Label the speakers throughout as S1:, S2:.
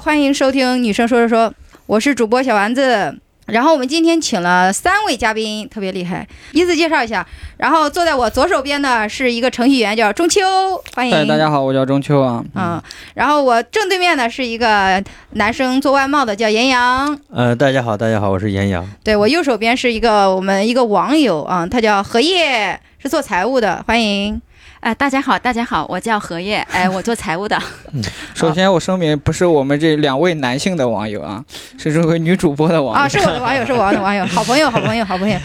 S1: 欢迎收听《女生说说说》，我是主播小丸子。然后我们今天请了三位嘉宾，特别厉害，依次介绍一下。然后坐在我左手边的是一个程序员，叫中秋，欢迎。
S2: 嗨，哎大家好，我叫中秋啊。
S1: 嗯，然后我正对面呢是一个男生做外贸的，叫严阳。
S3: 呃，大家好，大家好，我是严阳。
S1: 对我右手边是一个我们一个网友啊，他叫荷叶，是做财务的，欢迎。
S4: 哎，大家好，大家好，我叫荷 叶，哎，我做财务的，
S2: 首先，我声明，不是我们这两位男性的网友啊，是这位女主播的网
S1: 嗯
S2: 友。
S1: 啊，是我的网友，是我的网友，好朋友，好朋友，好朋友。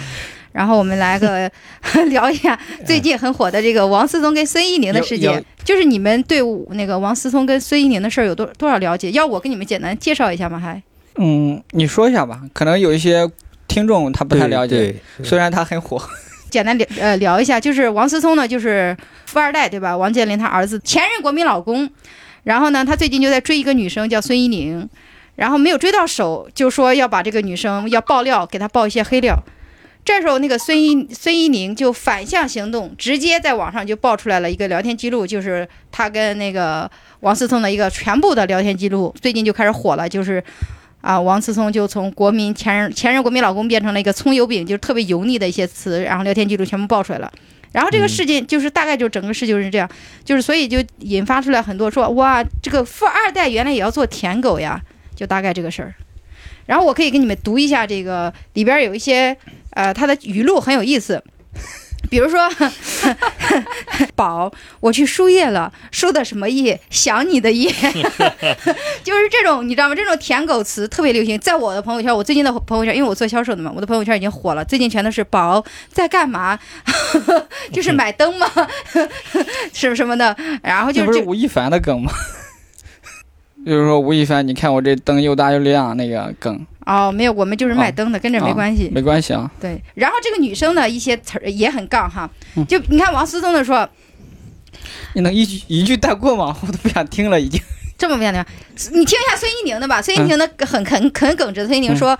S1: 然后我们来个 聊一下最近很火的这个王思聪跟孙一宁的事
S2: 有
S1: 件
S2: 有，
S1: 就是你们对我那个王思聪跟孙一宁的事儿有多多少了解？要我给你们简单介绍一下吗？还
S2: 嗯，你说一下吧，可能有一些听众他不太了解，
S3: 对，
S2: 虽然他很火。
S1: 简单聊呃聊一下，就是王思聪呢，就是富二代对吧？王健林他儿子前任国民老公，然后呢，他最近就在追一个女生叫孙一宁，然后没有追到手，就说要把这个女生要爆料，给她爆一些黑料。这时候，那个孙一孙一宁就反向行动，直接在网上就爆出来了一个聊天记录，就是他跟那个王思聪的一个全部的聊天记录，最近就开始火了，就是。啊，王思聪就从国民前任前任国民老公变成了一个葱油饼，就是特别油腻的一些词，然后聊天记录全部爆出来了。然后这个事件就是大概就整个事就是这样，就是所以就引发出来很多说哇，这个富二代原来也要做舔狗呀，就大概这个事儿。然后我可以给你们读一下这个里边有一些呃他的语录很有意思，比如说 宝，我去输液了，输的什么液？想你的液。 就是这种，你知道吗？这种舔狗词特别流行，在我的朋友圈，我最近的朋友圈，因为我做销售的嘛，我的朋友圈已经火了，最近全都是宝在干嘛， 就是买灯吗？ 什么什么的，然后
S2: 这
S1: 就
S2: 不
S1: 是
S2: 是
S1: 这
S2: 吴亦凡的梗吗？ 就是说吴亦凡，你看我这灯又大又亮那个梗，
S1: 哦，没有，我们就是卖灯的，跟这没
S2: 啊
S1: 关系。
S2: 没关系啊。
S1: 对，然后这个女生的一些词儿也很杠哈
S2: 嗯，
S1: 就你看王思聪的说
S2: 你能一句一句带过吗？我都不想听了，已经。
S1: 这么变的，你听一下孙一宁的吧，孙一宁的很很很耿直，孙一宁说。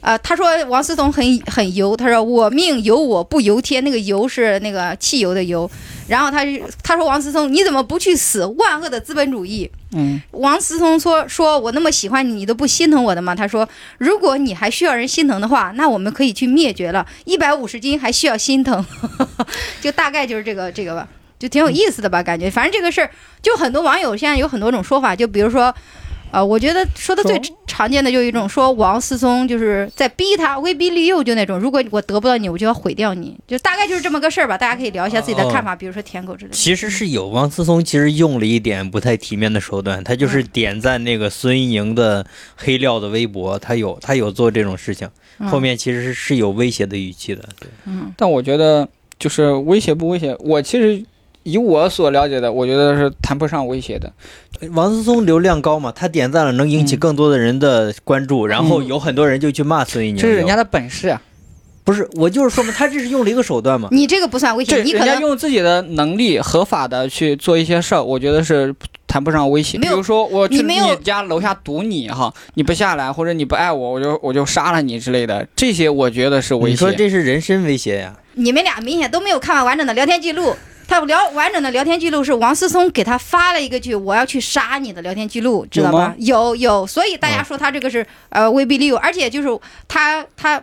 S1: 呃，他说王思聪很很油，他说我命由我不由天，那个油是那个汽油的油。然后他他说王思聪，你怎么不去死？万恶的资本主义！
S2: 嗯，
S1: 王思聪说：“说我那么喜欢你，你都不心疼我的吗？”他说：“如果你还需要人心疼的话，那我们可以去灭绝了。一百五十斤还需要心疼， 就大概就是这个这个吧，就挺有意思的吧？感觉反正这个事儿，就很多网友现在有很多种说法，就比如说，呃，我觉得说的最常见的就有一种说王思聪就是在逼他威逼利诱，就那种，如果我得不到你，我就要毁掉你，就大概就是这么个事儿吧。大家可以聊一下自己
S2: 哦
S1: 的看法，比如说舔狗之类的。
S3: 其实是有王思聪，其实用了一点不太体面的手段，他就是点赞那个孙一宁的黑料的微博，他有他有做这种事情，
S1: 嗯
S3: 后面其实是是有威胁的语气的。对
S2: 但我觉得就是威胁不威胁，我其实以我所了解的，我觉得是谈不上威胁的。
S3: 王思聪流量高嘛，他点赞了能引起
S2: 嗯
S3: 更多的人的关注，然后
S2: 嗯
S3: 有很多人就去骂孙一宁。
S2: 这是人家的本事啊。
S3: 不是我就是说嘛，他这是用了一个手段 嘛。
S1: 你这个不算威胁，
S2: 这
S1: 哎你
S2: 人
S1: 可
S2: 家
S1: 能
S2: 用自己的能力合法的去做一些事儿，我觉得是谈不上威胁。
S1: 没
S2: 比
S1: 有
S2: 如说我
S1: 你
S2: 去
S1: 没
S2: 你
S1: 有
S2: 家楼下堵你哈，你不下来或者你不爱我，我就我就杀了你之类的，这些我觉得是威
S3: 你说
S2: 胁。
S3: 这是人身威胁呀？
S1: 你们俩明显都没有看完完整的聊天记录。他聊完整的聊天记录是王思聪给他发了一个句“我要去杀你”的聊天记录，知道吧
S2: 吗？啊
S1: 有有，所以大家说他这个是、呃威逼利诱，而且就是他他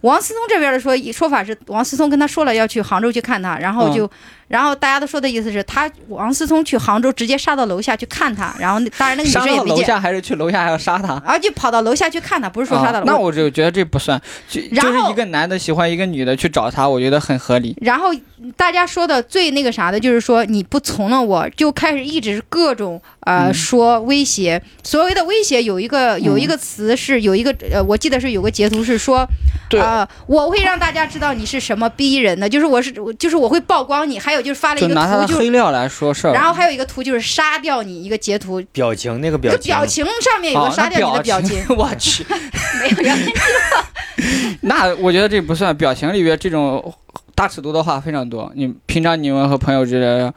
S1: 王思聪这边的说说法是王思聪跟他说了要去杭州去看他，然
S2: 啊
S1: 后就、然后大家都说的意思是他王思聪去杭州直接杀到楼下去看他，然后那当然那个女
S2: 杀
S1: 生也
S2: 到
S1: 没
S2: 楼
S1: 见，
S2: 下还是去楼下还要杀他？
S1: 然后就跑到楼下去看他，不是说杀到
S2: 啊
S1: 楼、，
S2: 那我就觉得这不算，就
S1: 然
S2: 就是
S1: 后
S2: 一个男的喜欢一个女的去找他，我觉得很合理。
S1: 然后大家说的最那个啥的，就是说你不从了我，就开始一直各种呃、
S2: 嗯
S1: 说威胁。所谓的威胁有一个有一个词是有一个呃，我记得是有个截图是说，
S2: 对
S1: 呃，我会让大家知道你是什么逼人的，就是我是就是我会曝光你。还有就是发了一
S2: 就
S1: 个
S2: 拿他
S1: 图
S2: 的
S1: 就是。
S2: 黑料来说事儿。
S1: 然后还有一个图就是杀掉你一个截图，
S3: 表情那个
S1: 就
S3: 表情，
S1: 表情上面有个
S2: 哦，
S1: 杀
S2: 那
S1: 哎掉你的表情，
S2: 情， 我去，
S1: 没有聊天
S2: 那我觉得这不算表情里边这种大尺度的话非常多。你平常你们和朋友之类，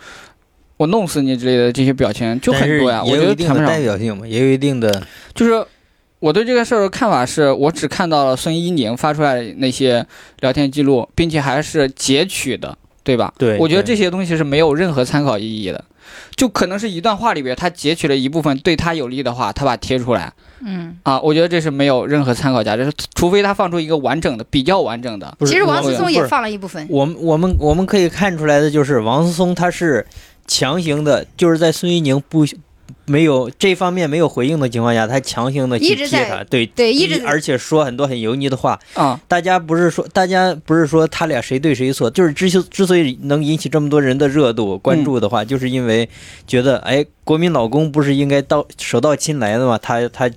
S2: 我弄死你之类的这些表情就很多呀。
S3: 但是
S2: 我
S3: 也
S2: 觉
S3: 有
S2: 得
S3: 一定
S2: 谈不
S3: 的
S2: 上
S3: 代，表性嘛，也有一定的
S2: 就是我对这个事儿的看法是，我只看到了孙一宁发出来的那些聊天记录，并且还是截取的，对吧？
S3: 对
S2: 我觉得
S3: 对
S2: 这些东西是没有任何参考意义的。就可能是一段话里边他截取了一部分对他有利的话，他把它贴出来
S1: 嗯，
S2: 啊，我觉得这是没有任何参考价值，除非他放出一个完整的、比较完整的。
S3: 不是
S1: 其实王
S2: 我
S1: 思聪
S3: 不
S1: 也
S3: 是
S1: 放了一部分，
S3: 我们我们我们可以看出来的就是王思聪他是强行的，就是在孙一宁不没有这方面没有回应的情况下，他强行的
S1: 一
S3: 去
S1: 直
S3: 贴
S1: 在
S3: 他，对
S1: 对，一直
S3: 而且说很多很油腻的话。
S2: 啊、
S3: 大家不是说大家不是说他俩谁对谁错，就是之之所以能引起这么多人的热度关注的
S1: 嗯
S3: 话，就是因为觉得哎，国民老公不是应该到手到擒来的嘛，他他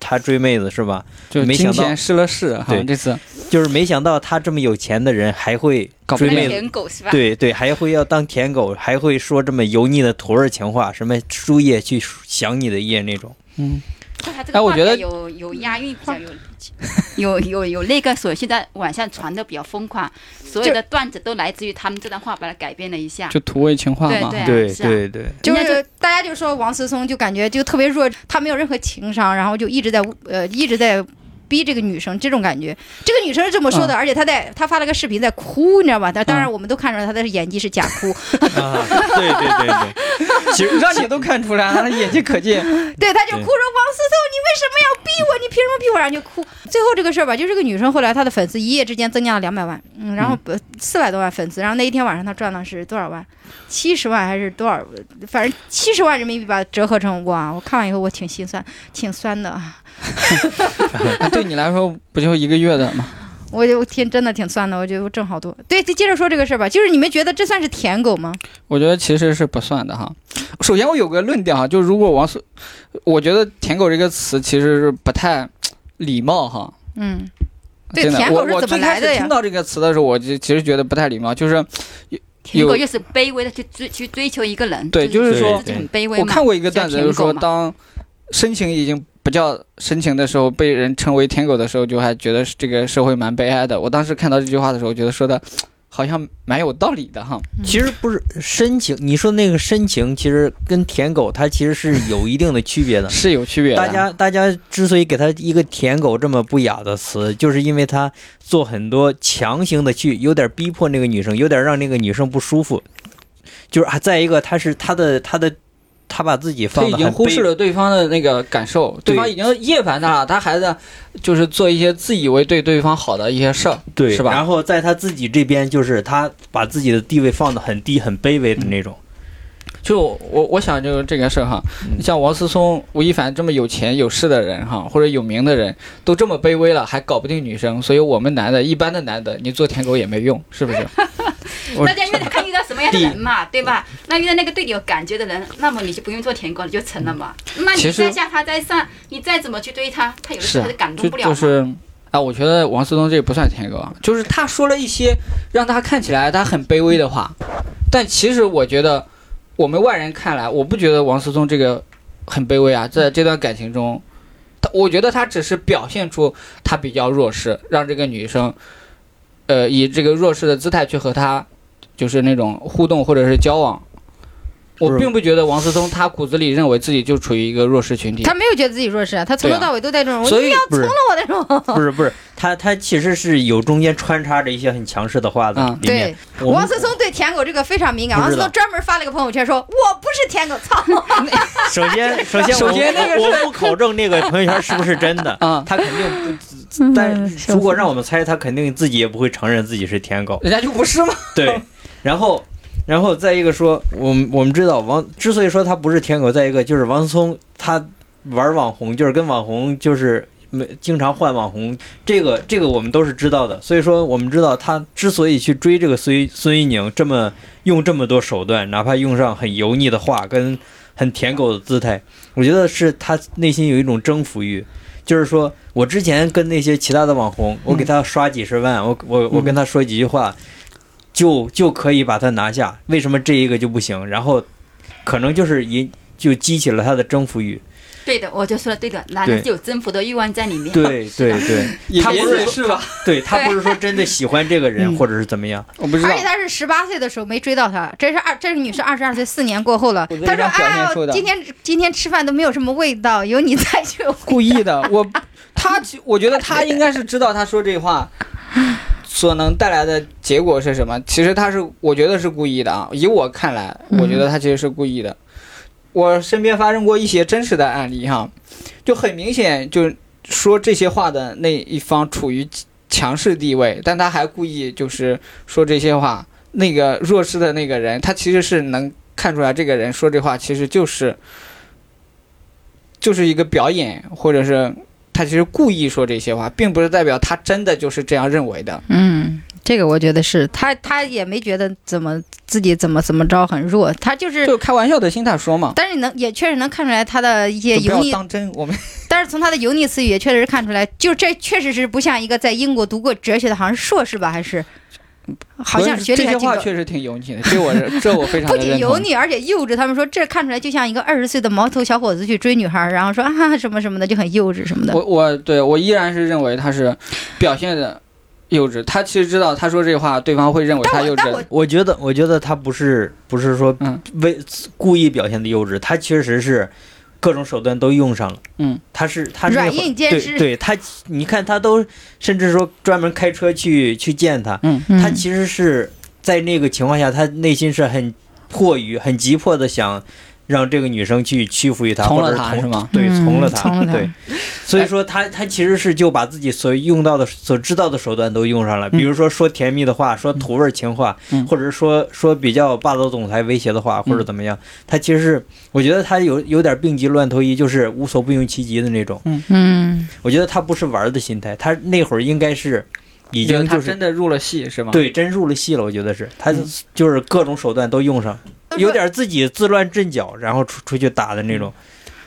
S3: 他追妹子是吧？
S2: 就
S3: 没
S2: 金
S3: 想到
S2: 钱失了势哈
S3: 对，
S2: 这次
S3: 就是没想到他这么有钱的人还会
S2: 搞
S3: 追
S2: 不
S3: 妹
S2: 定
S3: 子，
S4: 舔狗是吧？
S3: 对对，还会要当舔狗，还会说这么油腻的土味情话，什么输液去想你的夜那种。
S2: 嗯，
S4: 他这
S2: 哎
S4: 个
S2: 我
S4: 画
S2: 觉
S4: 面
S2: 得
S4: 有有押韵，比较有有有有那个手续在网上传的比较疯狂，所有的段子都来自于他们这段话把它改编了一下。
S2: 就土味情话嘛。
S4: 对啊是啊
S3: 对对，
S1: 就
S4: 人家
S1: 是大家就说王思聪就感觉就特别弱，他没有任何情商，然后就一直在呃一直在逼这个女生，这种感觉。这个女生是这么说的，而且她在她发了个视频在哭，你知道吧？但当然我们都看出来她的演技是假哭，
S3: 啊，对对 对对，
S2: 其实让你都看出来了，他演技可劲。
S1: 对，她就哭说
S3: 对
S1: 王思聪你为什么要逼我？你凭什么逼我？然后就哭。最后这个事儿吧，就这个女生后来她的粉丝一夜之间增加了两百万，嗯，然后四百多万粉丝，然后那一天晚上她赚了是多少万？七十万还是多少？反正七十万人民币吧，折合成哇，我看完以后我挺心酸，挺酸的。
S2: 啊对你来说不就一个月的吗？
S1: 我就天真的挺酸的，我觉得我挣好多。对，就接着说这个事儿吧，就是你们觉得这算是舔狗吗？
S2: 我觉得其实是不算的哈。首先，我有个论调哈，就如果王思，我觉得“舔狗”这个词其实是不太礼貌哈。
S1: 嗯，对
S2: 真的，
S1: 舔狗
S2: 我
S1: 是
S2: 我
S1: 怎么
S2: 最开
S1: 来的
S2: 始
S1: 呀
S2: 听到这个词的时候，我就其实觉得不太礼貌，就是
S4: 舔
S2: 有
S4: 狗就是卑微的去追去追求一个人，
S2: 对
S4: 就
S2: 就是嗯
S3: 说
S4: 这很卑微
S2: 我
S4: 嘛。
S2: 看过一个段子，
S4: 叫
S2: 就是说
S4: 舔狗嘛
S2: 当深情已经不叫深情的时候，被人称为舔狗的时候，就还觉得是这个社会蛮悲哀的。我当时看到这句话的时候，觉得说的好像蛮有道理的哈。
S3: 其实不是深情，你说那个深情，其实跟舔狗它其实是有一定的区别 的。
S2: 是有区别的。
S3: 嗯大家大家之所以给他一个“舔狗”这么不雅的词，就是因为他做很多强行的去，有点逼迫那个女生，有点让那个女生不舒服。就是啊，再一个，他是他的他的他把自己
S2: 他
S3: 放
S2: 已
S3: 的
S2: 经忽视了对方的那个感受，
S3: 对
S2: 对方已经厌烦他了，他还在就是做一些自以为对对方好的一些事儿。
S3: 对，
S2: 是吧
S3: 然后在他自己这边，就是他把自己的地位放得很低、很卑微的那种。
S2: 就我我想就是这个事儿哈，
S3: 嗯
S2: 像王思聪、吴亦凡这么有钱有势的人哈，或者有名的人都这么卑微了，还搞不定女生，所以我们男的，一般的男的，你做舔狗也没用，是不是？我
S4: 大家遇到看遇到什么样的人 嘛，对吧？那遇到那个对你有感觉的人，那么你就不用做舔狗，你就成了嘛。那
S2: 其
S4: 你
S2: 实
S4: 再下他再上，你再怎么去追他，他有的时
S2: 是
S4: 候
S2: 啊
S4: 他就感动
S2: 就
S4: 不了嘛。
S2: 就是啊，我觉得王思聪这不算舔狗，啊，就是他说了一些让他看起来他很卑微的话，但其实我觉得我们外人看来，我不觉得王思聪这个很卑微啊，在这段感情中，他我觉得他只是表现出他比较弱势，让这个女生，呃，以这个弱势的姿态去和他就是那种互动或者是交往。我
S3: 是
S2: 并不觉得王思聪他骨子里认为自己就处于一个弱势群体，
S1: 他没有觉得自己弱势啊，他从头
S2: 对啊
S1: 到尾都在这种，我
S2: 所以
S3: 不是
S1: 我那种。
S2: 嗯
S3: 不是不是，他他其实是有中间穿插着一些很强势的话的
S2: 嗯
S3: 里面。
S1: 对，
S3: 我们
S1: 王思聪对舔狗这个非常敏感。
S3: 不
S1: 王
S3: 知
S1: 思
S3: 道
S1: 聪专门发了一个朋友圈说：“我不是舔狗，操
S3: 首 先，首先我，
S2: 首先那个是，
S3: 我不考证那个朋友圈是不是真的
S2: 啊，
S3: 他肯定不，
S2: 嗯
S3: 但如果让我们猜，他肯定自己也不会承认自己是舔狗。
S2: 人家就不是嘛。
S3: 对，然后，然后再一个说，我们我们知道王之所以说他不是舔狗，再一个就是王思聪他玩网红，就是跟网红就是没经常换网红，这个这个我们都是知道的。所以说我们知道他之所以去追这个孙一孙一宁，这么用这么多手段，哪怕用上很油腻的话跟很舔狗的姿态，我觉得是他内心有一种征服欲。就是说，我之前跟那些其他的网红，我给他刷几十万，我我我跟他说几句话，就就可以把他拿下，为什么这一个就不行？然后可能就是引就激起了他的征服欲。
S4: 对的，我就说了对的，男人是有征服的欲望在里面。
S3: 对对对，
S2: 也
S3: 他
S2: 也
S3: 不是
S2: 许是吧？
S3: 对他不是说真的喜欢这个人
S2: 嗯
S3: 或者是怎么样，
S2: 我不！”知道
S1: 而且。他是十八岁的时候没追到她，这是二，这是女生二十二岁，四年过后了。
S2: 我在
S1: 他
S2: 这
S1: 说：“
S2: 上表
S1: 哎
S2: 现
S1: 呦
S2: 出，的
S1: 今天今天吃饭都没有什么味道，有你在就有
S2: 故意的，我他其我觉得他应该是知道他说这话，所能带来的结果是什么？其实他是，我觉得是故意的啊。以我看来，
S1: 嗯
S2: 我觉得他其实是故意的。我身边发生过一些真实的案例哈，就很明显，就是说这些话的那一方处于强势地位，但他还故意就是说这些话。那个弱势的那个人，他其实是能看出来，这个人说这话其实就是就是一个表演，或者是他其实故意说这些话，并不是代表他真的就是这样认为的。
S1: 嗯，这个我觉得是他，他也没觉得怎么自己怎么怎么着很弱，他就是，
S2: 就开玩笑的心态说嘛，
S1: 但是你能也确实能看出来他的一些
S2: 就不
S1: 油
S2: 要
S1: 腻，
S2: 当真。我们
S1: 但是从他的油腻词语也确实是看出来，就这确实是不像一个在英国读过哲学的，好像是硕士吧，还是好像学
S2: 这
S1: 历还
S2: 些
S1: 挺
S2: 话
S1: 高。
S2: 确实挺油腻的，这我是这我非常
S1: 不
S2: 的
S1: 仅
S2: 认
S1: 油
S2: 同。
S1: 腻，而且幼稚。他们说这看出来就像一个二十岁的毛头小伙子去追女孩，然后说啊什么什么的，就很幼稚什么的。
S2: 我我对我依然是认为他是表现的幼稚，他其实知道他说这话，对方会认为他
S1: 但我
S2: 幼
S1: 但我
S2: 稚。
S3: 我觉得，我觉得他不是不是说
S2: 嗯
S3: 为故意表现的幼稚，他确实是各种手段都用上了。
S2: 嗯，
S3: 他是他是
S1: 软硬兼施
S3: 对，对他，你看他都甚至说专门开车去去见他，
S2: 嗯，
S3: 他其实是在那个情况下，他内心是很迫于、很急迫的想让这个女生去屈服于他，
S2: 从
S3: 或
S2: 了
S3: 者是
S2: 他
S3: 同
S2: 是吗？
S3: 对，
S1: 嗯
S3: 从了
S1: 从了他
S3: 对，所
S2: 哎
S3: 以说他他其实是就把自己所用到的、所知道的手段都用上了，
S2: 嗯
S3: 比如说说甜蜜的话，说土味情话，
S2: 嗯
S3: 或者是说说比较霸道总裁威胁的话，
S2: 嗯
S3: 或者怎么样。他其实是，我觉得他有有点病急乱投医，就是无所不用其极的那种。
S1: 嗯，
S3: 我觉得他不是玩的心态，他那会儿应该是已经
S2: 他
S3: 就是
S2: 真的入了戏是吗？
S3: 对真入了戏了，我觉得是，他
S2: 啊嗯
S3: 就是各种手段都用上，有点自己自乱阵脚，然后出出去打的那种。
S4: 嗯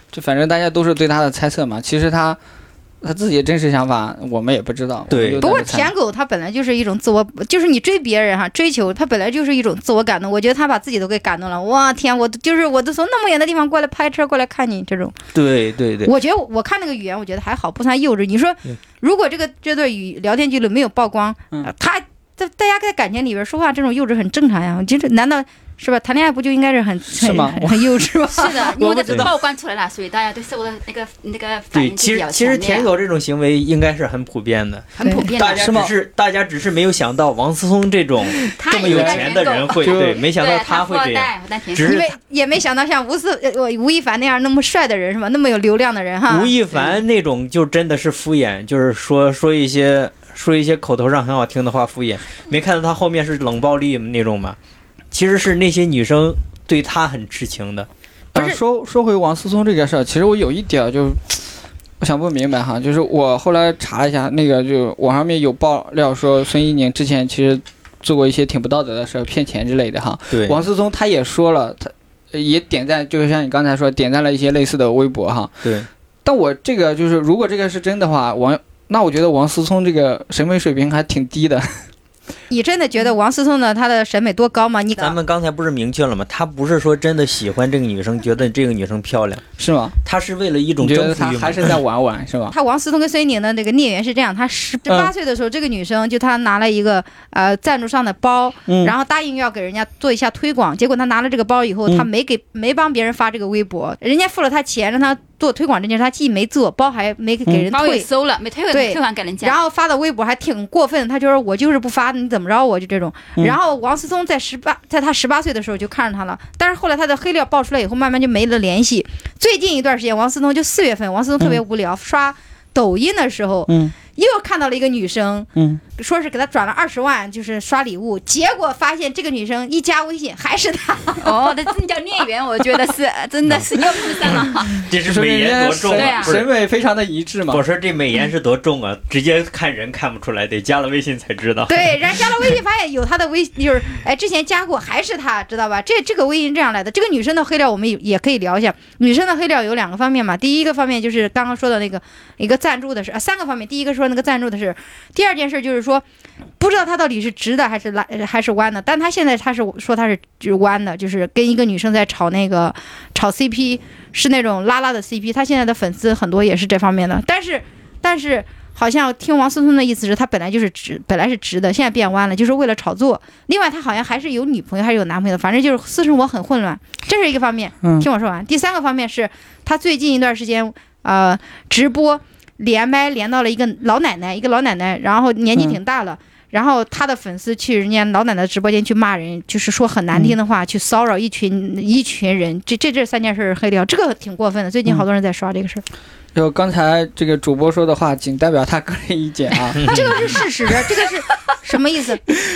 S2: 就反正大家都是对他的猜测嘛。其实他他自己真实想法我们也不知道。
S3: 对
S2: 我们就
S1: 不过
S2: 在这猜
S1: 舔狗它本来就是一种自我，就是你追别人哈、追求它本来就是一种自我感动。我觉得他把自己都给感动了，哇天，我都就是我都从那么远的地方过来拍车过来看你这种。
S3: 对对对，
S1: 我觉得我看那个语言，我觉得还好，不算幼稚。你说
S3: 嗯
S1: 如果这个这段语聊天记录没有曝光，
S2: 嗯
S1: 呃他在大家在感情里边说话这种幼稚很正常呀。就是难道是吧？谈恋爱不就应该是很
S2: 是
S1: 很
S2: 吗
S1: 很很幼稚吗？
S4: 是的，因
S2: 我不
S4: 为它
S2: 知
S4: 都
S3: 道
S4: 曝光出来了，所以大家对社会的那个那个反
S3: 对，
S4: 应就
S3: 其
S4: 比
S3: 实
S4: 较
S3: 其实
S4: 强烈啊
S3: 舔狗这种行为应该是很普遍的，
S4: 很普遍
S3: 大
S4: 的，
S3: 家
S2: 是吗
S3: 只是大家只是没有想到王思聪这种
S4: 他
S3: 这么
S4: 也
S3: 有
S4: 是
S3: 钱的
S4: 舔
S3: 人
S4: 狗
S3: 会，
S2: 就
S3: 对，没想到
S4: 对他
S3: 会这样。
S4: 样，但舔
S3: 只
S4: 狗
S3: 是
S1: 因为也没想到像吴思呃我吴亦凡那样那么帅的人是吧？那么有流量的人哈
S3: 吴，亦
S4: 嗯
S3: 凡那种就真的是敷衍，就是说说一些说一些口头上很好听的话敷衍，没看到他后面是冷暴力那种吗？其实是那些女生对他很痴情的，
S1: 不
S2: 呃
S1: 是
S2: 说说回王思聪这件事儿，其实我有一点儿就我想不明白哈，就是我后来查了一下，那个就网上面有爆料说孙一宁之前其实做过一些挺不道德的事儿，骗钱之类的哈。
S3: 对
S2: 王思聪他也说了，他呃也点赞，就是像你刚才说点赞了一些类似的微博哈。
S3: 对，
S2: 但我这个就是，如果这个是真的话，王那我觉得王思聪这个审美水平还挺低的。
S1: 你真的觉得王思聪的他的审美多高吗？你
S3: 咱们刚才不是明确了吗？他不是说真的喜欢这个女生，觉得这个女生漂亮，
S2: 是吗？
S3: 他是为了一种
S2: 你觉得
S3: 征
S2: 他
S3: 服欲
S2: 还
S3: 嘛。
S2: 是在玩玩是吧？
S1: 他王思聪跟孙宁的那个孽缘是这样，他十
S2: 嗯
S1: 八岁的时候，这个女生就她拿了一个呃赞助商的包，
S2: 嗯
S1: 然后答应要给人家做一下推广，结果她拿了这个包以后，
S2: 嗯
S1: 她没给没帮别人发这个微博，人家付了她钱让她做推广这件事，她既没做，包还没给人
S2: 嗯
S4: 包也
S1: 退，
S4: 收了，没退回
S1: 对
S4: 退还给人家
S1: 然。后发的微博还挺过分，他就说我就是不发，你怎么着我就这种。
S2: 嗯
S1: 然后王思聪在十八，在他十八岁的时候就看上他了，但是后来他的黑料爆出来以后，慢慢就没了联系。最近一段时间，王思聪就四月份，王思聪特别无聊，刷抖音的时候
S2: 嗯
S1: 又看到了一个女生，
S2: 嗯，
S1: 说是给他转了二十万，就是刷礼物，结果发现这个女生一加微信还是他，
S4: 哦，那真叫孽缘，我觉得是真 的是
S3: 嗯
S4: 要负上了。
S3: 这 是
S2: 说
S3: 美
S2: 明人
S3: 颜
S2: 家
S3: 多重
S2: 审
S4: 对啊
S3: 啊！不
S2: 审
S3: 是，
S2: 美非常的一致嘛。
S3: 我说这美颜是多 重啊，直接看人看不出来，得加了微信才知道。
S1: 对，然后加了微信发现有他的微，就是哎之前加过还是他，知道吧？这这个微信这样来的。这个女生的黑料我们也也可以聊一下，女生的黑料有两个方面嘛，第一个方面就是刚刚说的那个一个赞助的事，啊，三个方面，第一个说那个赞助的事，第二件事就是说不知道他到底是直的还是拉呃还是弯的，但他现在他是说他是就是弯的，就是跟一个女生在炒那个炒 CP，是那种拉拉的 CP，他现在的粉丝很多也是这方面的，但是但是。好像听王思聪的意思是他本来就是直，本来是直的，现在变弯了，就是为了炒作。另外，他好像还是有女朋友，还是有男朋友的，反正就是私生活很混乱，这是一个方面。
S2: 嗯
S1: 听我说完。第三个方面是他最近一段时间呃直播连麦连到了一个老奶奶，一个老奶奶，然后年纪挺大了。然后他的粉丝去人家老奶奶直播间去骂人，就是说很难听的话，去骚扰一群一群人，这这这三件事儿黑料，这个挺过分的。最近好多人在刷这个事儿，
S2: 就刚才这个主播说的话，仅代表他个人意见啊。
S1: 这个 是事实，这个 是什么意思？这是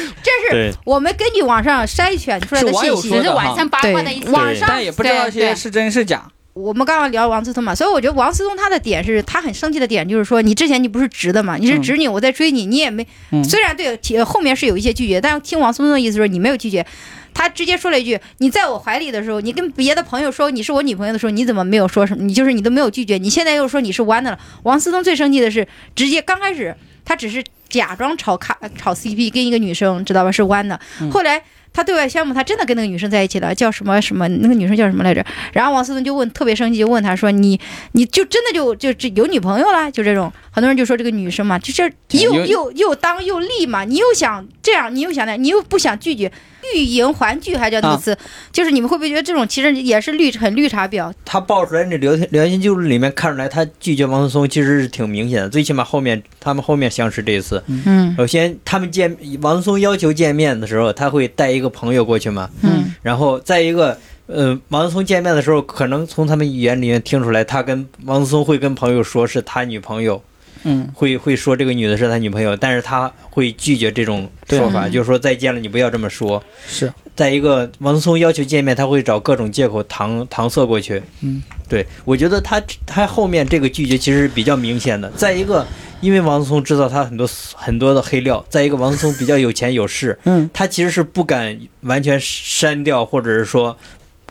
S5: 对，
S1: 我们根据网上筛选出来的
S2: 是网
S1: 信
S2: 友
S1: 息
S2: 说
S4: 只
S2: 的
S4: 是晚上八卦的一
S1: 网
S4: 些
S1: 上
S2: 但也不知道
S1: 啊对
S2: 这些
S1: 对
S2: 是真是假。
S1: 我们刚刚聊王思聪嘛，所以我觉得王思聪他的点是他很生气的点，就是说你之前你不是直的嘛，你是直女，我在追你，你也没、
S2: 嗯
S1: 虽然对其后面是有一些拒绝，但听王思聪的意思说你没有拒绝，他直接说了一句你在我怀里的时候，你跟别的朋友说你是我女朋友的时候，你怎么没有说什么？你就是你都没有拒绝，你现在又说你是弯的了。王思聪最生气的是直接刚开始他只是假装炒卡炒 CP 跟一个女生知道吧是弯的，
S2: 嗯
S1: 后来。他对外宣布他真的跟那个女生在一起了，叫什么什么？那个女生叫什么来着？然后王思聪就问，特别生气，就问他说：“你你就真的就就就有女朋友啦？”就这种，很多人就说这个女生嘛，就是又
S2: 有
S1: 又又当又立嘛，你又想这样，你又想那样，你又不想拒绝，欲迎还拒还叫那个
S2: 啊
S1: 词，就是你们会不会觉得这种其实也是绿很绿茶婊？
S3: 他爆出来那聊天聊天记录里面看出来，他拒绝王思聪其实是挺明显的，最起码后面他们后面相识这一次，
S1: 嗯
S3: 首先他们见王思聪要求见面的时候，他会带一个朋友过去嘛，
S1: 嗯
S3: 然后再一个，呃，王思聪见面的时候，可能从他们语言里面听出来，他跟王思聪会跟朋友说是他女朋友，
S2: 嗯，
S3: 会会说这个女的是他女朋友，但是他会拒绝这种说法，
S1: 对
S3: 就是说再见了，你不要这么说。
S2: 是
S3: 再一个，王思聪要求见面，他会找各种借口搪搪塞过去。
S2: 嗯，
S3: 对，我觉得他他后面这个拒绝其实是比较明显的。再一个，因为王思聪知道他很多很多的黑料，再一个王思聪比较有钱有势，
S2: 嗯，
S3: 他其实是不敢完全删掉，或者是说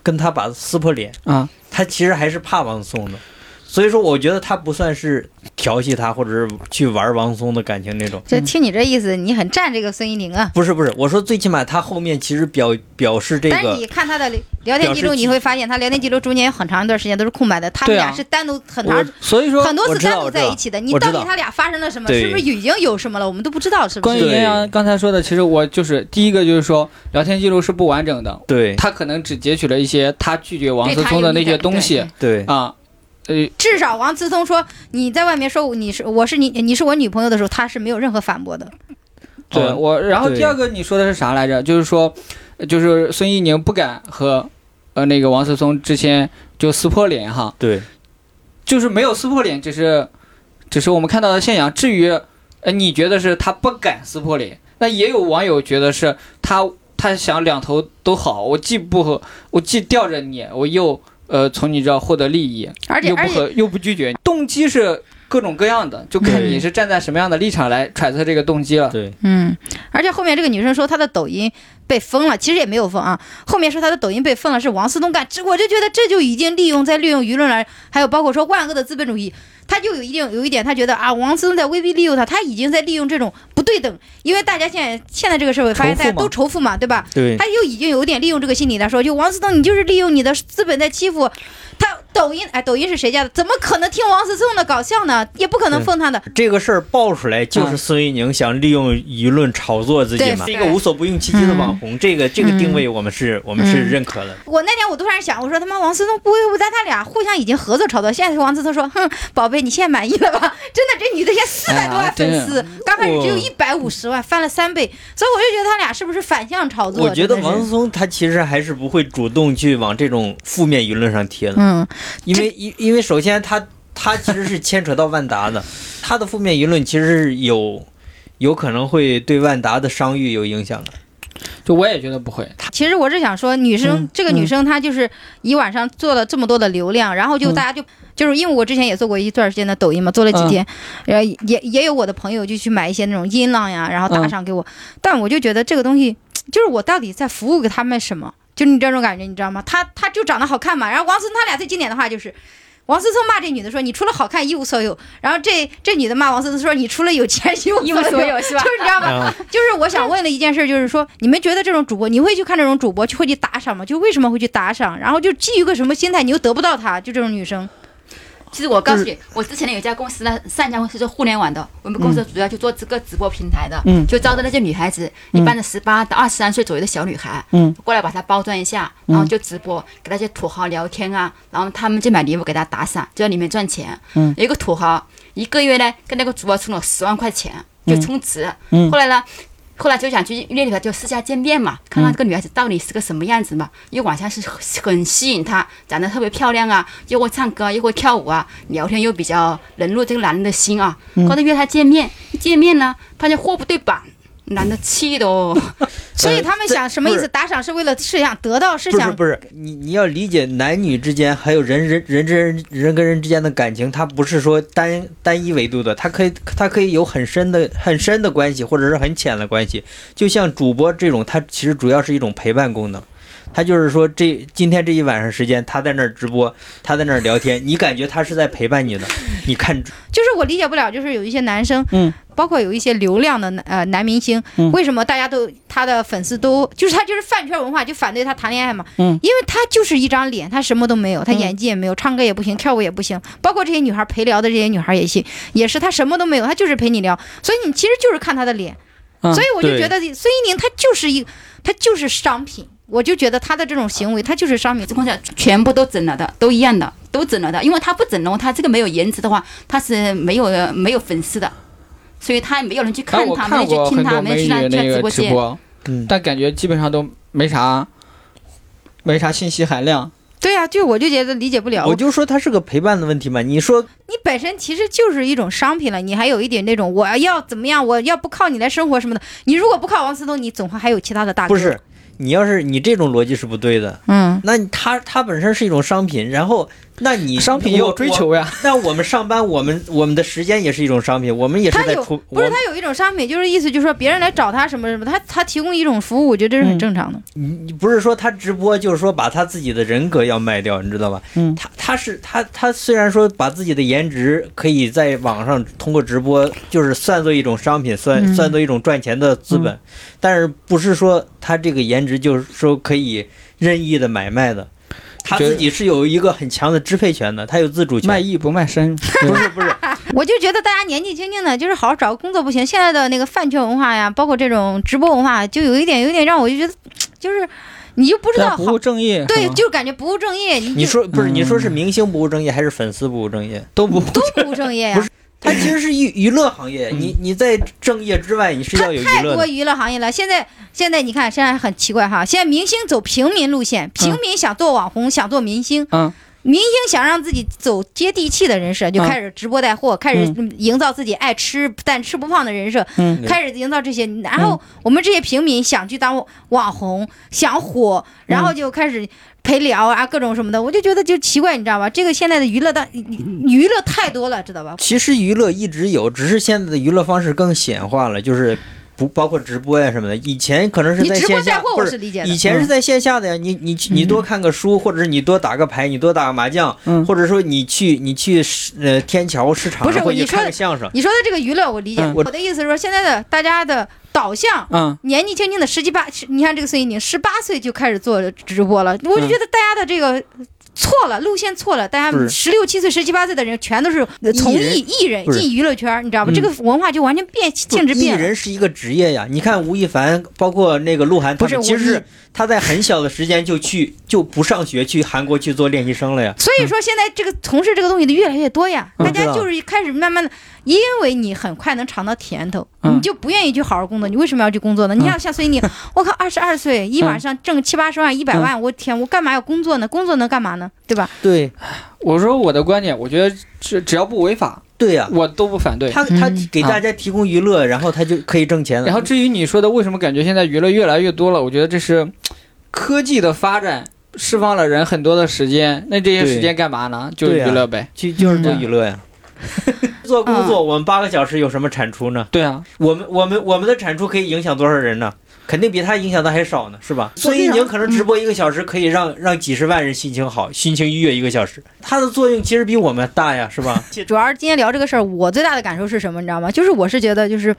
S3: 跟他把撕破脸，
S2: 啊，
S3: 他其实还是怕王松的。所以说，我觉得他不算是调戏他，或者是去玩王松的感情那种。
S1: 就听你这意思，你很站这个孙一宁啊。
S3: 不是不是，我说最起码他后面其实表表示这
S1: 但是你
S3: 个，
S1: 看他的聊天记录，
S3: 表示
S1: 你会发现他聊天记录中间有很长一段时间都是空白的，他们
S2: 对啊
S1: 俩是单独很长
S3: 我
S2: 所以说
S1: 很多
S3: 我
S1: 次
S3: 知道
S1: 单独
S3: 我知
S1: 在
S3: 道
S1: 一起的，你
S3: 我
S1: 到
S3: 知
S1: 底
S3: 道
S1: 他俩发生了什么？
S3: 对
S1: 是不是已经有什么了？我们都不知道，是不
S2: 关于
S1: 是？
S2: 绵阳刚才说的，其实我就是第一个就是说，聊天记录是不完整的，
S3: 对
S2: 他可能只截取了一些他拒绝王
S4: 对
S2: 思
S4: 他
S2: 聪
S4: 有
S2: 的
S4: 那
S2: 那
S4: 个
S2: 些东
S4: 对
S2: 西
S3: 对
S4: 对
S2: 啊，呃，
S1: 至少王思聪说你在外面说你是我是你你是我女朋友的时候，他是没有任何反驳的。
S2: 呃对
S3: 哦
S2: 我，然后
S3: 对
S2: 第二个你说的是啥来着？就是说，呃就是孙一宁不敢和呃那个王思聪之前就撕破脸哈，
S3: 对
S2: 就是没有撕破脸，只是只是我们看到的现象。至于呃你觉得是他不敢撕破脸，那也有网友觉得是他他想两头都好，我既不和我既吊着你，我又呃从你这儿获得利益，
S1: 而且
S2: 又
S1: 而
S2: 不
S1: 且
S2: 和又不拒绝，动机是各种各样的，就看
S1: 对
S2: 你是站在什么样的立场来揣测这个动机了。
S3: 对，
S1: 嗯，而且后面这个女生说她的抖音被封了，其实也没有封啊。后面说她的抖音被封了是王思聪干，这我就觉得这就已经利用在利用舆论了，还有包括说万恶的资本主义，他就有一定有一点，他觉得啊，王思聪在威逼利诱他，他已经在利用这种不对等，因为大家现在现在这个社会发现大家
S2: 仇富嘛
S1: 都仇富嘛，对吧？
S3: 对
S1: 他就已经有点利用这个心理来说，就王思聪，你就是利用你的资本在欺负他。抖音，哎，抖音是谁家的？怎么可能听王思聪的搞笑呢？也不可能
S3: 对
S1: 封他的。
S3: 这个事儿爆出来，就是
S2: 嗯
S3: 孙一宁想利用舆论炒作自己嘛，
S1: 对
S3: 是一个无所不用其极的网红，这个这个定位我们是我们是
S1: 嗯
S3: 认可的。
S1: 我那天我突然想，我说他妈王思聪不会不在他俩互相已经合作炒作，现在王思聪说，哼，宝贝，你现在满意了吧？ 真的，这女的现在四百多
S2: 哎
S1: 万
S2: 呀真
S1: 粉
S2: 是
S1: 丝，刚开始只有
S3: 我
S1: 一百五十万，翻了三倍，所以我就觉得他俩是不是反向炒作？
S3: 我觉
S1: 真
S3: 得
S1: 的是
S3: 王思聪他其实还是不会主动去往这种负面舆论上贴的，
S1: 嗯，
S3: 因为因因为首先他他其实是牵扯到万达的，他的负面舆论其实是有有可能会对万达的商誉有影响的。
S2: 就我也觉得不会，
S1: 其实我是想说，女生、
S2: 嗯
S1: 这个女生她就是一晚上做了这么多的流量，然后就
S2: 嗯
S1: 大家就、就是因为我之前也做过一段时间的抖音嘛，做了几天，然后也也有我的朋友就去买一些那种音浪呀，然后
S2: 嗯
S1: 打赏给我，但我就觉得这个东西就是我到底在服务给他们什么？就是你这种感觉，你知道吗？她她就长得好看嘛，然后王思聪他俩最经典的话就是。王思聪骂这女的说：“你除了好看一无所有。”然后这这女的骂王思聪说：“你除了有钱一无
S4: 一无所
S1: 所有。”
S4: 有是吧
S1: 就？是你知道吗？
S3: 啊，
S1: 就是我想问的一件事，就是说，你们觉得这种主播，你会去看这种主播去会去打赏吗？就为什么会去打赏？然后就基于个什么心态，你又得不到他，就这种女生，
S4: 其实我告诉你，我之前有一家公司呢，上一家公司是互联网的，我们公司主要就做这个直播平台的，
S2: 嗯
S4: 就招的那些女孩子，一般的十八到二十三岁左右的小女孩，
S2: 嗯，
S4: 过来把她包装一下，然后就直播，给那些土豪聊天啊，然后他们就买礼物给她打赏，就在里面赚钱，
S2: 嗯，嗯
S4: 有一个土豪一个月呢跟那个主播充了十万块钱，就充值，后来呢，后来就想去约女孩，就私下见面嘛，看看这个女孩子到底是个什么样子嘛。因为晚上是很吸引他，长得特别漂亮啊，又会唱歌，又会跳舞啊，聊天又比较能入这个男人的心啊。后来约她见面，一见面呢，发现货不对版，男的气的哦，
S1: 所以他们
S3: 呃这
S1: 想什么意
S3: 不
S1: 思？
S3: 是
S1: 打赏是为了是想得到，是
S3: 不是
S1: 想
S3: 不是，你你要理解男女之间，还有人人人之人人跟人之间的感情，它不是说单单一维度的，它可以它可以有很深的很深的关系，或者是很浅的关系。就像主播这种，它其实主要是一种陪伴功能。他就是说这，今天这一晚上时间，他在那儿直播，他在那儿聊天，你感觉他是在陪伴你的。你看，
S1: 就是我理解不了，就是有一些男生，
S2: 嗯，
S1: 包括有一些流量的呃男明星，
S2: 嗯
S1: 为什么大家都他的粉丝都就是他就是饭圈文化就反对他谈恋爱嘛？
S2: 嗯
S1: 因为他就是一张脸，他什么都没有，他演技也没有，唱歌也不行，跳舞也不行，包括这些女孩陪聊的这些女孩也行，也是他什么都没有，他就是陪你聊，所以你其实就是看他的脸，
S2: 嗯
S1: 所以我就
S3: 对
S1: 觉得孙一宁他就是一他就是商品。我就觉得他的这种行为，他就是商品
S4: 这。空姐全部都整了的，都一样的，都整了的。因为他不整容，他这个没有颜值的话，他是没有没有粉丝的，所以他没有人去
S2: 但
S4: 看
S2: 我
S4: 他，没
S2: 看
S4: 人去
S2: 过
S4: 听
S2: 很
S4: 他，
S2: 多
S4: 没人
S2: 美
S4: 去
S2: 女
S4: 他他
S2: 那
S4: 直
S2: 个
S4: 播
S2: 直
S4: 间。
S2: 播，
S3: 嗯，
S2: 但感觉基本上都没啥，没啥信息含量。
S1: 对呀、就我就觉得理解不了。
S3: 我就说他是个陪伴的问题嘛。你说
S1: 你本身其实就是一种商品了，你还有一点那种我要怎么样，我要不靠你来生活什么的。你如果不靠王思聪，你总会还有其他的大哥。
S3: 不是，，你要是你这种逻辑是不对的。
S1: 嗯，
S3: 那你它它本身是一种商品，然后那你
S2: 商品也有追。
S3: 我我
S2: 求呀，
S3: 那我们上班，我们我们的时间也是一种商品，我们也是
S1: 他
S3: 在
S1: 有
S3: 出
S1: 不是
S3: 我
S1: 他有一种商品，就是意思就是说别人来找他什么什么，他他提供一种服务，我觉得这是
S3: 嗯
S1: 很正常的。
S3: 你你不是说他直播，就是说把他自己的人格要卖掉，你知道吧？
S2: 嗯
S3: 他他是他他虽然说把自己的颜值可以在网上通过直播，就是算作一种商品，算、
S1: 嗯
S3: 算作一种赚钱的资
S2: 嗯
S3: 本，但是不是说他这个颜值就是说可以任意的买卖的，他
S2: 觉得
S3: 自己是有一个很强的支配权的，他有自主权。
S2: 卖艺不卖身。
S3: 不是不是，
S1: 我就觉得大家年纪轻轻的，就是好好找个工作不行。现在的那个饭圈文化呀，包括这种直播文化，就有一点有一点让我就觉得，就是你就不知道
S2: 但不
S1: 好
S2: 务，正业，
S1: 对
S2: 是，吗
S1: 就感觉不务正业，你
S3: 你
S1: 就
S3: 说不是？
S2: 嗯
S3: 你说是明星不务正业，还是粉丝不务 正业？
S2: 都不
S1: 都不务正业呀、
S3: 不是它其实是娱娱乐行业，
S1: 嗯
S3: 你你在正业之外，你是要有娱
S1: 太
S3: 乐
S1: 多
S3: 的。
S1: 娱乐行业了。现在现在你看，现在很奇怪哈，现在明星走平民路
S3: 嗯
S1: 线，平民想做网红，想做明星，
S2: 嗯，
S1: 明星想让自己走接地气的人设，就
S2: 嗯
S1: 开始直播带货，开始营造自己爱吃但吃不胖的人设，
S2: 嗯
S1: 开始营造这些。然后我们这些平民想去当网红，想火，
S3: 嗯
S1: 然后就开始。陪聊啊，各种什么的，我就觉得就奇怪，你知道吧？这个现在的娱乐当娱乐太多了，知道吧？
S3: 其实娱乐一直有，只是现在的娱乐方式更显化了，就是不包括直播呀什么的。以前可能是
S1: 你
S3: 在
S1: 直播
S3: 线
S1: 带
S3: 下，
S1: 货
S3: 不
S1: 我
S3: 是
S1: 是理解的嗯
S3: 以，前是在线下的呀。你你去你多看个书，或者是你多打个牌，你多打个麻将，
S2: 嗯
S3: 或者说你去你去市呃天桥市场，
S1: 不是
S3: 然后
S1: 你
S3: 你
S1: 说
S3: 看个相声。
S1: 你说的这个娱乐我理解，
S2: 嗯
S1: 我的意思是说，现在的大家的导向，
S2: 嗯，
S1: 年纪轻轻的十七八，你看这个孙一宁十八岁就开始做直播了，我就觉得大家的这个。错了，路线错了。大
S3: 不
S1: 家
S3: 嗯是
S1: 十六七岁、十七八岁的人，全都是从艺艺人
S3: 不是
S1: 进娱乐圈，你知道吗？
S2: 嗯
S1: 这个文化就完全变，性质
S3: 艺
S1: 变了。
S3: 人是一个职业呀，你看吴亦凡，包括那个鹿晗，他
S1: 不是
S3: 们
S1: 我
S3: 其实
S1: 你
S3: 是他在很小的时间就去就不上学，去韩国去做练习生了呀。
S1: 所以说，现在这个从事这个东西的越来越多呀，
S3: 嗯
S1: 大家
S3: 知道
S1: 就是开始慢慢的，因为你很快能尝到甜头，
S2: 嗯
S1: 你就不愿意去好好工作。你为什么要去工作呢？
S3: 嗯
S1: 你像像孙一宁，我靠，二十二岁一晚上挣七八十万、一百万，我天，我干嘛要工作呢？工作能干嘛呢？对吧？
S3: 对
S2: 我说我的观点，我觉得只只要不违法，
S3: 对呀、
S2: 我都不反对。
S3: 他他
S1: 嗯
S3: 给大家提供娱乐，然后他就可以挣钱了。
S2: 然后至于你说的为什么感觉现在娱乐越来越多了，我觉得这是科技的发展释放了人很多的时间，那这些
S3: 对
S2: 时间干嘛呢？就是
S3: 对啊
S2: 娱乐呗。
S3: 就就是做
S1: 啊
S2: 嗯
S3: 娱乐呀。 做工
S1: 嗯
S3: 作，我们八个小时有什么产出呢？
S2: 对啊，
S3: 我们我们我们的产出可以影响多少人呢？肯定比他影响的还少呢，是吧？
S4: 所
S3: 孙
S4: 以
S3: 一
S4: 啊
S3: 宁可
S1: 嗯
S3: 能直播一个小时，可以让让几十万人心情好，心情愉悦一个小时，它的作用其实比我们大呀，是吧？
S1: 主要是今天聊这个事儿，我最大的感受是什么？你知道吗？就是我是觉得，就是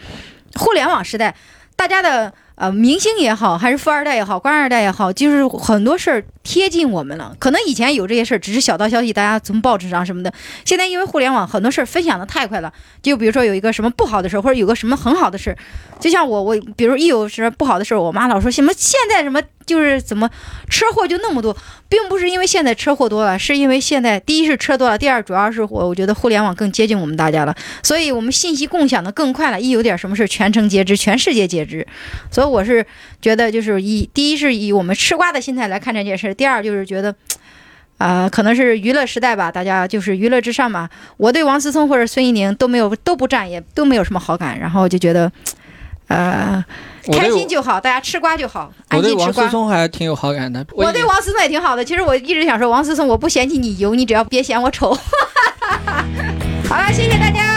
S1: 互联网时代，大家的呃，明星也好，还是富二代也好，官二代也好，就是很多事儿贴近我们了。可能以前有这些事儿，只是小道消息，大家从报纸上什么的。现在因为互联网，很多事儿分享的太快了。就比如说有一个什么不好的事儿，或者有个什么很好的事儿，就像我，我比如一有什么不好的事儿，我妈老说什么现在什么就是怎么车祸就那么多，并不是因为现在车祸多了，是因为现在第一是车多了，第二主要是我我觉得互联网更接近我们大家了，所以我们信息共享的更快了，一有点什么事儿全城皆知，全世界皆知。所以我是觉得，就是以第一是以我们吃瓜的心态来看这件事，第二就是觉得，啊、可能是娱乐时代吧，大家就是娱乐至上嘛。我对王思聪或者孙一宁都没有都不占，也都没有什么好感，然后就觉得，呃，
S2: 我
S1: 开
S2: 对
S1: 心就好，大家吃瓜就好，
S2: 我
S1: 安
S2: 对
S1: 静吃
S2: 王思
S1: 瓜。
S2: 聪还挺有好感的。
S1: 我
S2: 以
S1: 对
S2: 为
S1: 王思聪也挺好的，其实我 一直想说，王思聪，我不嫌弃你油，你只要别嫌我丑。好了，谢谢大家。